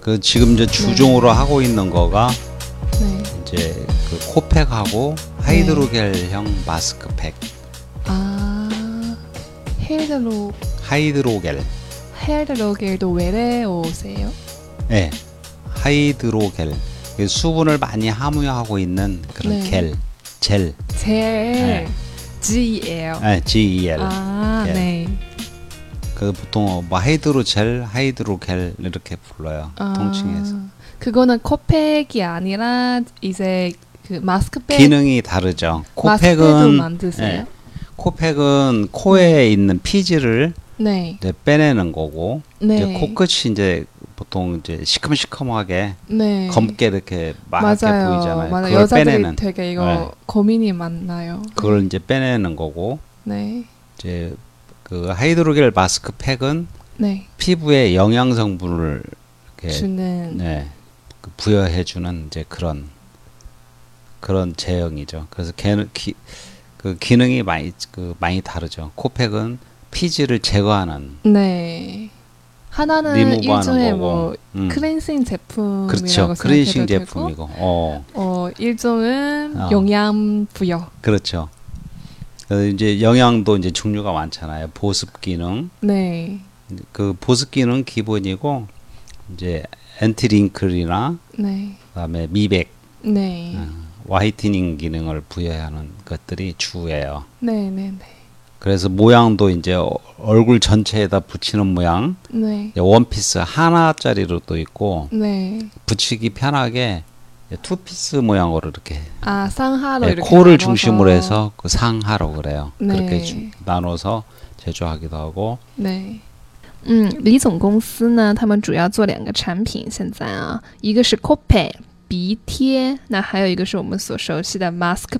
그 지금 이제 주종으로 하고 있는 거가 네. 이제 그 코팩하고 하이드로겔형 마스크팩, 아 헤드로 하이드로겔, 헤드로겔도 외래어세요? 네, 하이드로겔 그 수분을 많이 함유하고 있는 그런 네. 겔, 젤, 젤 네. G L 네, GEL. 아 젤. 네. 그 보통 뭐 하이드로젤, 하이드로겔 이렇게 불러요 아, 통칭해서. 그거는 코팩이 아니라 이제 그 마스크팩 기능이 다르죠. 마스크팩도 네. 코팩은 만드세요? 코팩은 코에 있는 피지를 네. 이제 빼내는 거고 네. 이제 코끝이 이제 보통 이제 시큼시큼하게 네. 검게 이렇게 마랗게 맞아요. 보이잖아요. 맞아요. 그걸 여자들이 빼내는 되게 이거 네. 고민이 많나요? 그걸 이제 빼내는 거고 네. 이제 그 하이드로겔 마스크 팩은 네. 피부에 영양 성분을 이렇게 주는 네, 그 부여해주는 이제 그런 그런 제형이죠. 그래서 걔는 기, 그 기능이 많이 그 많이 다르죠. 코팩은 피지를 제거하는 네. 하나는 리무브하는 일종의 거고. 뭐 음. 클렌징 제품이라고 그렇죠. 생각해도 크린싱 되고, 제품이고, 어, 어 일종은 어. 영양 부여. 그렇죠. 그래서 이제 영양도 이제 종류가 많잖아요. 보습 기능, 네. 그 보습 기능 기본이고 이제 앤티링클이나 네. 그다음에 미백, 네. 음. 화이트닝 기능을 부여하는 것들이 주예요. 네, 네, 네. 그래서 모양도 이제 어- 얼굴 전체에다 붙이는 모양, 네. 이제 원피스 하나짜리로도 있고 네. 붙이기 편하게 이제 투피스 모양으로 이렇게 아, 상하로 네, 이렇게 코를 나눠서. 중심으로 해서 그 상하로 그래요. 네. 그렇게 주- 나눠서 제조하기도 하고 对。嗯，李总公司呢，他们主要做两个产品，现在啊，一个是 Copay 鼻贴，那还有一个是我们所熟悉的 Mask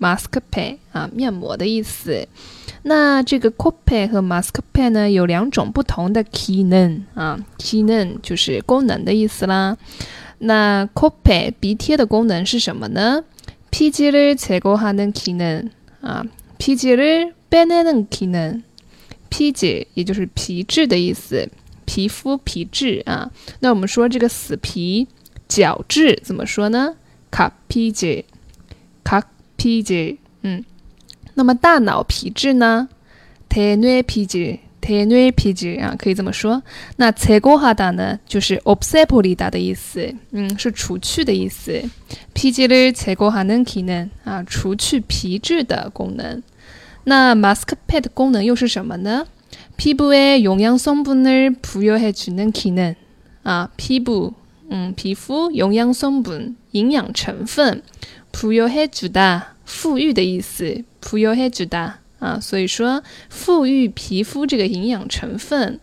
Pay，Mask Pay 啊，面膜的意思。那这个 Copay 和 Mask Pay 呢，有两种不同的 key 能啊，key 能就是功能的意思啦。那 Copay 鼻贴的功能是什么呢？피지를제거하는 key 能啊，피지를빼내는 key 能。皮质，也就是皮质的意思，皮肤皮质啊。那我们说这个死皮角质怎么说呢？卡皮质，卡皮质，嗯。那么大脑皮质呢？대뇌피질대뇌피질啊，可以这么说。那제거하다呢，就是없애버리다的意思，嗯，是除去的意思。피질을제거하는기능啊，除去皮质的功能。那 마스크 패드功能又是什么呢? 피부에 영양 성분을 부여해 주는 기능. 아, 피부. 음, 피부 영양 성분, 营养成分 부여해 주다. 富裕的意思. 부여해 주다. 아, 所以说富裕皮肤这个营养成分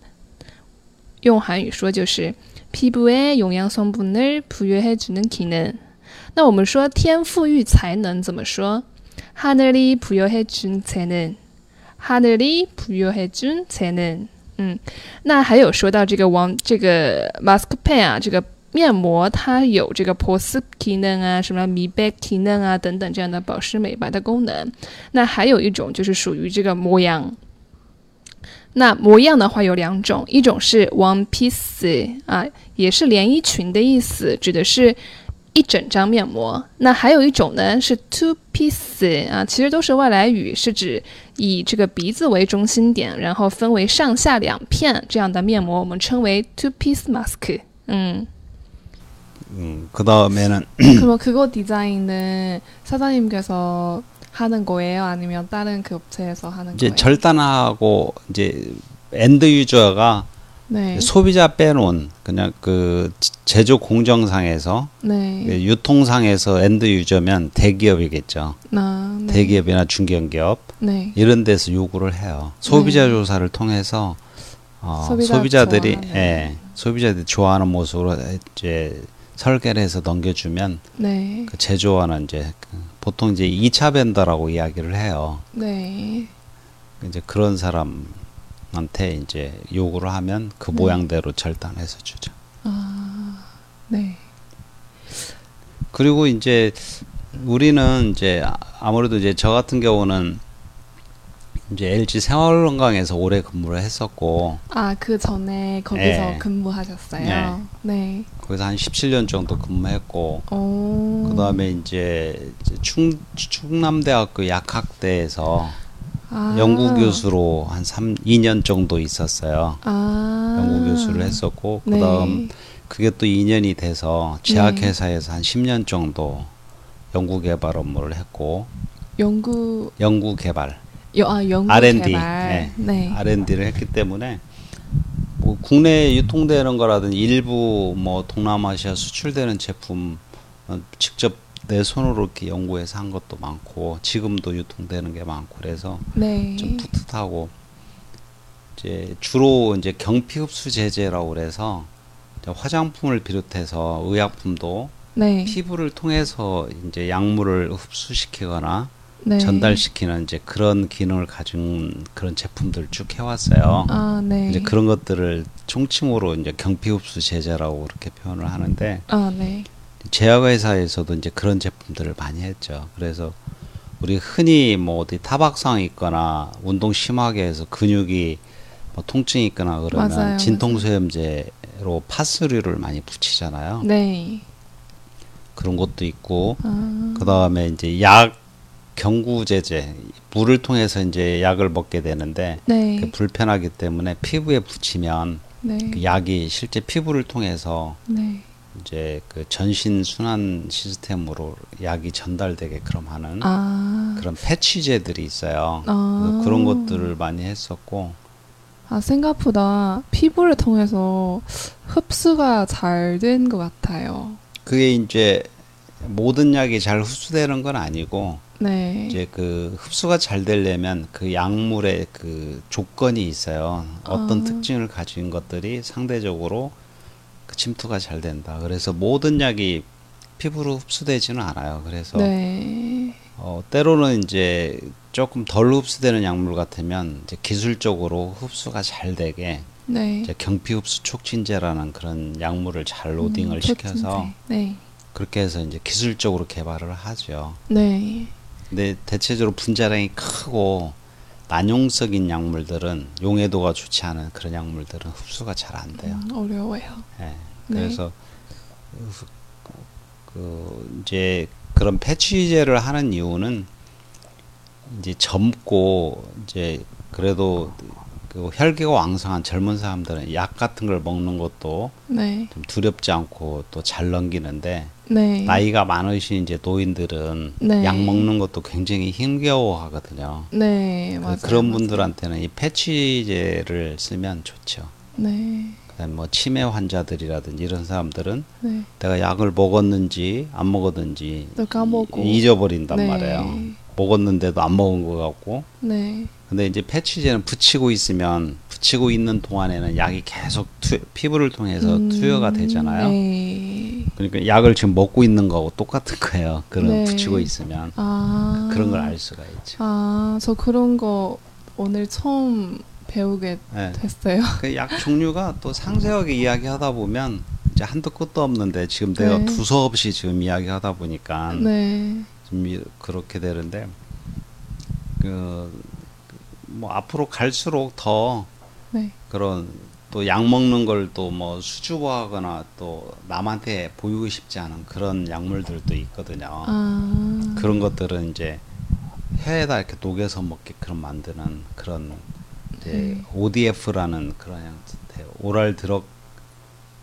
用韩语说就是 피부에 영양 성분을 부여해 주는 기능. 那我们说天赋与才能怎么说？ 하늘이 부여해 준 재능. 하늘이 부여해 준 재능. 嗯，那还有说到这个王这个 mask pen 啊，这个面膜它有这个 pose 功能啊，什么 m 白 b 能啊等等这样的保湿美白的功能。那还有一种就是属于这个模样。那模样的话有两种，一种是 one piece 啊，也是连衣裙的意思，指的是一整张面膜。那还有一种呢是 two piece 啊，其实都是外来语，是指以这个鼻子为中心点，然后分为上下两片这样的面膜，我们称为 two piece mask。嗯， 음, 그 다음에는 그럼 그거 디자인은 사장님께서 하는 거예요? 아니면 다른 그 업체에서 하는 이제 거예요? 절단하고 이제 엔드 유저가 네. 소비자 빼놓은 그냥 그 지- 제조 공정상에서 그 네. 유통상에서 엔드 유저면 대기업이겠죠. 아, 네. 대기업이나 중견기업 네. 이런 데서 요구를 해요. 소비자 조사를 통해서 어, 소비자 소비자들이 좋아하는. 예, 소비자들이 좋아하는 모습으로 이제 설계를 해서 넘겨주면 네. 그 제조원은 이제 그 보통 이제 2차 벤더라고 이야기를 해요. 네. 이제 그런 사람한테 이제 요구를 하면 그 모양대로 절단해서 주죠. 네. 그리고 이제 우리는 이제 아무래도 이제 저 같은 경우는 이제 LG 생활건강에서 오래 근무를 했었고 아, 그 전에 거기서 예. 근무하셨어요? 네. 거기서 한 17년 정도 근무했고 오. 그다음에 이제 이제 충 충남대학교 약학대에서 아. 연구 교수로 한 3, 2년 정도 있었어요. 아. 연구 교수를 했었고 그다음 네. 그게 또 2년이 돼서 제약회사에서 한 10년 정도 연구 개발 업무를 했고 연구 연구 개발 여, 아, 연구 R&D, 개발. 네. R&D를 했기 때문에 뭐 국내에 유통되는 거라든지 일부 뭐 동남아시아 수출되는 제품 어, 직접 내 손으로 이렇게 연구해서 한 것도 많고 지금도 유통되는 게 많고 그래서 네. 좀 뿌듯하고 이제 주로 이제 경피 흡수 제제라고 그래서 이제 화장품을 비롯해서 의약품도 네. 피부를 통해서 이제 약물을 흡수시키거나 네. 전달시키는 이제 그런 기능을 가진 그런 제품들 쭉 해왔어요. 아, 네. 이제 그런 것들을 총칭으로 이제 경피 흡수 제제라고 그렇게 표현을 하는데 아, 네. 제약회사에서도 이제 그런 제품들을 많이 했죠. 그래서 우리 흔히 뭐 어디 타박상 있거나 운동 심하게 해서 근육이 뭐 통증이 있거나 그러면 맞아요, 진통소염제로 파스류를 많이 붙이잖아요. 네. 그런 것도 있고 아. 그 다음에 이제 약 경구제제 물을 통해서 이제 약을 먹게 되는데 네. 그 불편하기 때문에 피부에 붙이면 네. 그 약이 실제 피부를 통해서 네. 이제 그 전신 순환 시스템으로 약이 전달되게 그럼 하는 아. 그런 패치제들이 있어요. 아. 그래서 그런 것들을 많이 했었고 아, 생각보다 피부를 통해서 흡수가 잘 된 것 같아요. 그게 이제 모든 약이 잘 흡수되는 건 아니고 네. 이제 그 흡수가 잘 되려면 그 약물의 그 조건이 있어요. 어떤 아. 특징을 가진 것들이 상대적으로 그 침투가 잘 된다. 그래서 모든 약이 피부로 흡수되지는 않아요. 그래서 네. 어, 때로는 이제 조금 덜 흡수되는 약물 같으면 이제 기술적으로 흡수가 잘 되게 네. 이제 경피 흡수 촉진제라는 그런 약물을 잘 로딩을 음, 시켜서 촉진제. 네. 그렇게 해서 이제 기술적으로 개발을 하죠. 네. 근데 대체적으로 분자량이 크고 난용적인 약물들은 용해도가 좋지 않은 그런 약물들은 흡수가 잘 안 돼요. 음, 어려워요. 예. 네. 그래서 흡- 그 이제 그런 패치제를 하는 이유는 이제 젊고 이제 그래도 그 혈기가 왕성한 젊은 사람들은 약 같은 걸 먹는 것도 네. 좀 두렵지 않고 또 잘 넘기는데 네. 나이가 많으신 이제 노인들은 네. 약 먹는 것도 굉장히 힘겨워하거든요. 네. 그- 맞아요. 그런 맞아요. 분들한테는 이 패치제를 쓰면 좋죠. 네. 그다음에 뭐 치매 환자들이라든지 이런 사람들은 네. 내가 약을 먹었는지 안 먹었는지 또 까먹고. 이- 잊어버린단 네. 말이에요. 먹었는데도 안 먹은 것 같고. 네. 근데 이제 패치제는 붙이고 있으면 붙이고 있는 동안에는 약이 계속 투- 피부를 통해서 음, 투여가 되잖아요. 네. 그러니까 약을 지금 먹고 있는 거하고 똑같은 거예요. 그런 네. 붙이고 있으면 아. 그런 걸 알 수가 있죠. 아, 저 그런 거 오늘 처음 배우게 네. 됐어요. 그 약 종류가 또 상세하게 이야기하다 보면 이제 한도 끝도 없는데 지금 내가 네. 두서없이 지금 이야기하다 보니까 네. 좀 이- 그렇게 되는데 그 뭐 앞으로 갈수록 더 네. 그런 또 약 먹는 걸 또 뭐 수주화하거나 또 남한테 보이고 싶지 않은 그런 약물들도 있거든요. 아. 어, 그런 것들은 이제 혀에다 이렇게 녹여서 먹게끔 만드는 그런 이제 네. ODF라는 그런 형태 오랄 드럭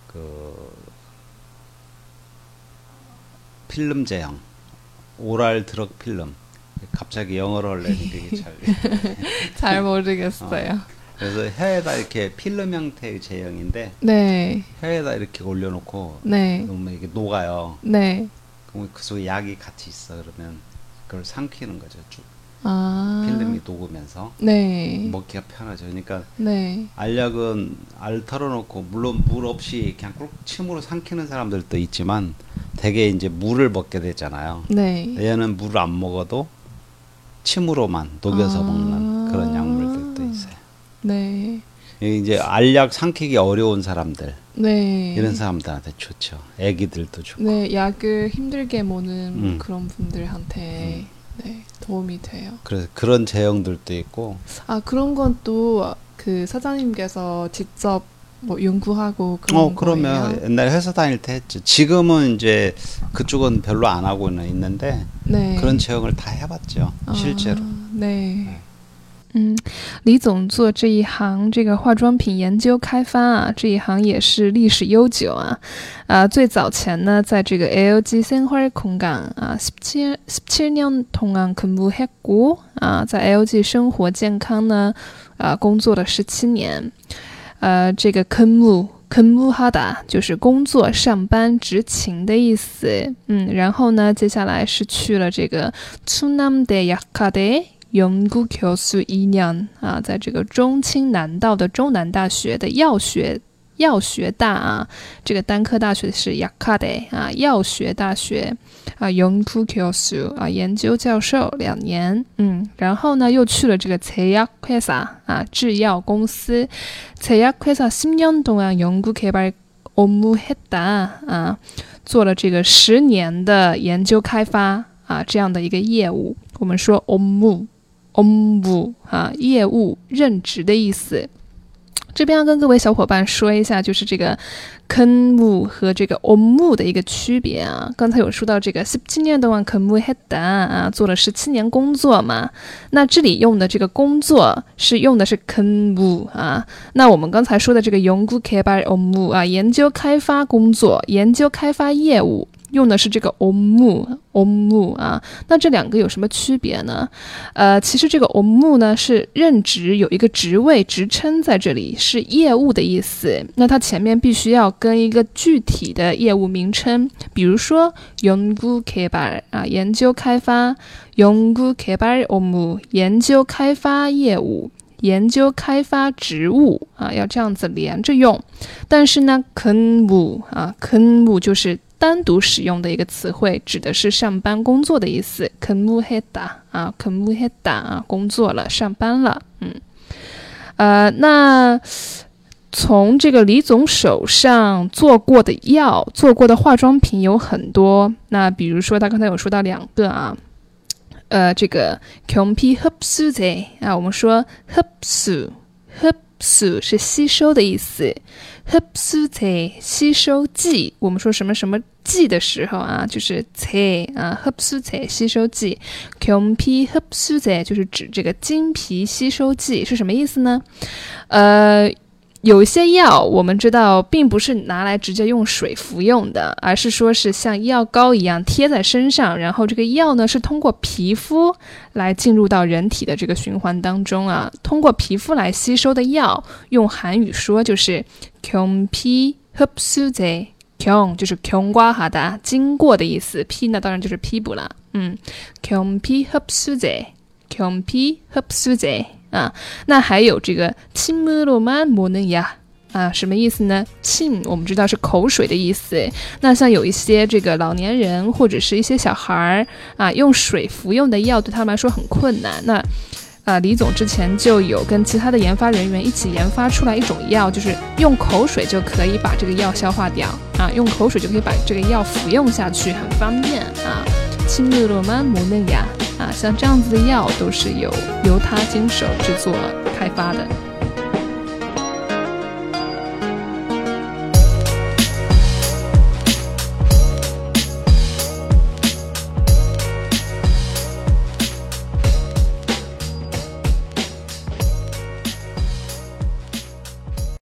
그 필름 제형 오랄 드럭 필름 갑자기 영어를 하려니 되게 잘 잘 모르겠어요. 그래서 혀에다 이렇게 필름 형태의 제형인데 네. 혀에다 이렇게 올려놓고 네. 너무 이게 녹아요 네. 그럼 그 속에 약이 같이 있어 그러면 그걸 삼키는 거죠 쭉 아. 필름이 뭐 녹으면서 네. 먹기가 편하죠. 그러니까 네. 알약은 알 털어놓고 물론 물 없이 그냥 꿀 침으로 삼키는 사람들도 있지만 대개 이제 물을 먹게 되잖아요. 네. 얘는 물을 안 먹어도 침으로만 녹여서 아. 먹는 그런 약물들도 있어요. 네. 이게 이제 알약 삼키기 어려운 사람들 네. 이런 사람들한테 좋죠. 애기들도 좋고. 네, 약을 힘들게 네, 모는 음. 그런 분들한테 네, 도움이 돼요. 그래서 그런 제형들도 있고 아, 그런 건 또 그 사장님께서 직접 뭐 연구하고 그런 어 그러면 거예요? 옛날 회사 다닐 때 했지 지금은 이제 그쪽은 별로 안 하고는 있는데 네. 예. 그런 제형을 다 해봤죠 아, 실제로 네. 嗯，李总做这一行这个化妆品研究开发啊，这一行也是历史悠久啊。啊，最早前呢，在这个 LG 생활 공간啊17 17년동안근무했고啊，在 LG 生活健康呢啊工作了十七年。呃，这个근무 근무하다就是工作、上班、执勤的意思。嗯，然后呢，接下来是去了这个 충남대 약과대 연구 교수 2년 아, 啊在这个中清南道的中南大学的药学药学大啊，这个单科大学是 Yakade 啊，药学大学啊 y o n g u k y o s u 啊，研究教授两年，嗯，然后呢又去了这个 Ceyak 회사 啊，制药公司 Ceyak 회사 10년 동안 연구 개발 업무했다 啊，做了这个十年的研究开发啊这样的一个业务。我们说 omu omu 啊，业务任职的意思。这边要跟各位小伙伴说一下，就是这个 kenmu 和这个 omu 的一个区别啊。刚才有说到这个 s i p t i n e d o n kenmu heda 啊，做了十七年工作嘛。那这里用的这个工作是用的是 kenmu 啊。那我们刚才说的这个 yongu k e b a omu 啊，研究开发工作、研究开发业务，用的是这个 omu omu 啊。那这两个有什么区别呢？呃，其实这个 om 呢是任职有一个职位职称在这里是业务的意思，那它前面必须要跟一个具体的业务名称，比如说 yongu kebar 啊，研究开发 yongu kebar om 研究开发业务。研究开发职务啊，要这样子连着用，但是呢，kenmu 啊，kenmu 就是单独使用的一个词汇，指的是上班工作的意思。Kenmu heda 啊，Kenmu heda 啊，工作了，上班了，嗯，呃，那从这个李总手上做过的药、做过的化妆品有很多，那比如说他刚才有说到两个啊。呃，这个 k o m p i h u p s u z 啊，我们说 h u p s u h u p s u 是吸收的意思，h p s u t 吸收剂，我们说什么什么剂的时候啊，就是 t 啊 h p s u t 吸收剂 k o m p h p s u t 就是指这个金皮吸收剂是什么意思呢？呃。有一些药，我们知道并不是拿来直接用水服用的，而是说是像药膏一样贴在身上，然后这个药呢是通过皮肤来进入到人体的这个循环当中啊，通过皮肤来吸收的药，用韩语说就是경피흡수제，경就是경과하다，经过的意思，피那当然就是피부啦，嗯，경피흡수제，경피흡수제啊，那还有这个침으로만모는呀。啊，什么意思呢？침我们知道是口水的意思。那像有一些这个老年人或者是一些小孩儿啊，用水服用的药对他们来说很困难。那啊，李总之前就有跟其他的研发人员一起研发出来一种药，就是用口水就可以把这个药消化掉啊，用口水就可以把这个药服用下去，很方便啊。清热罗曼姆嫩芽啊，像这样子的药都是由由它经手制作开发的。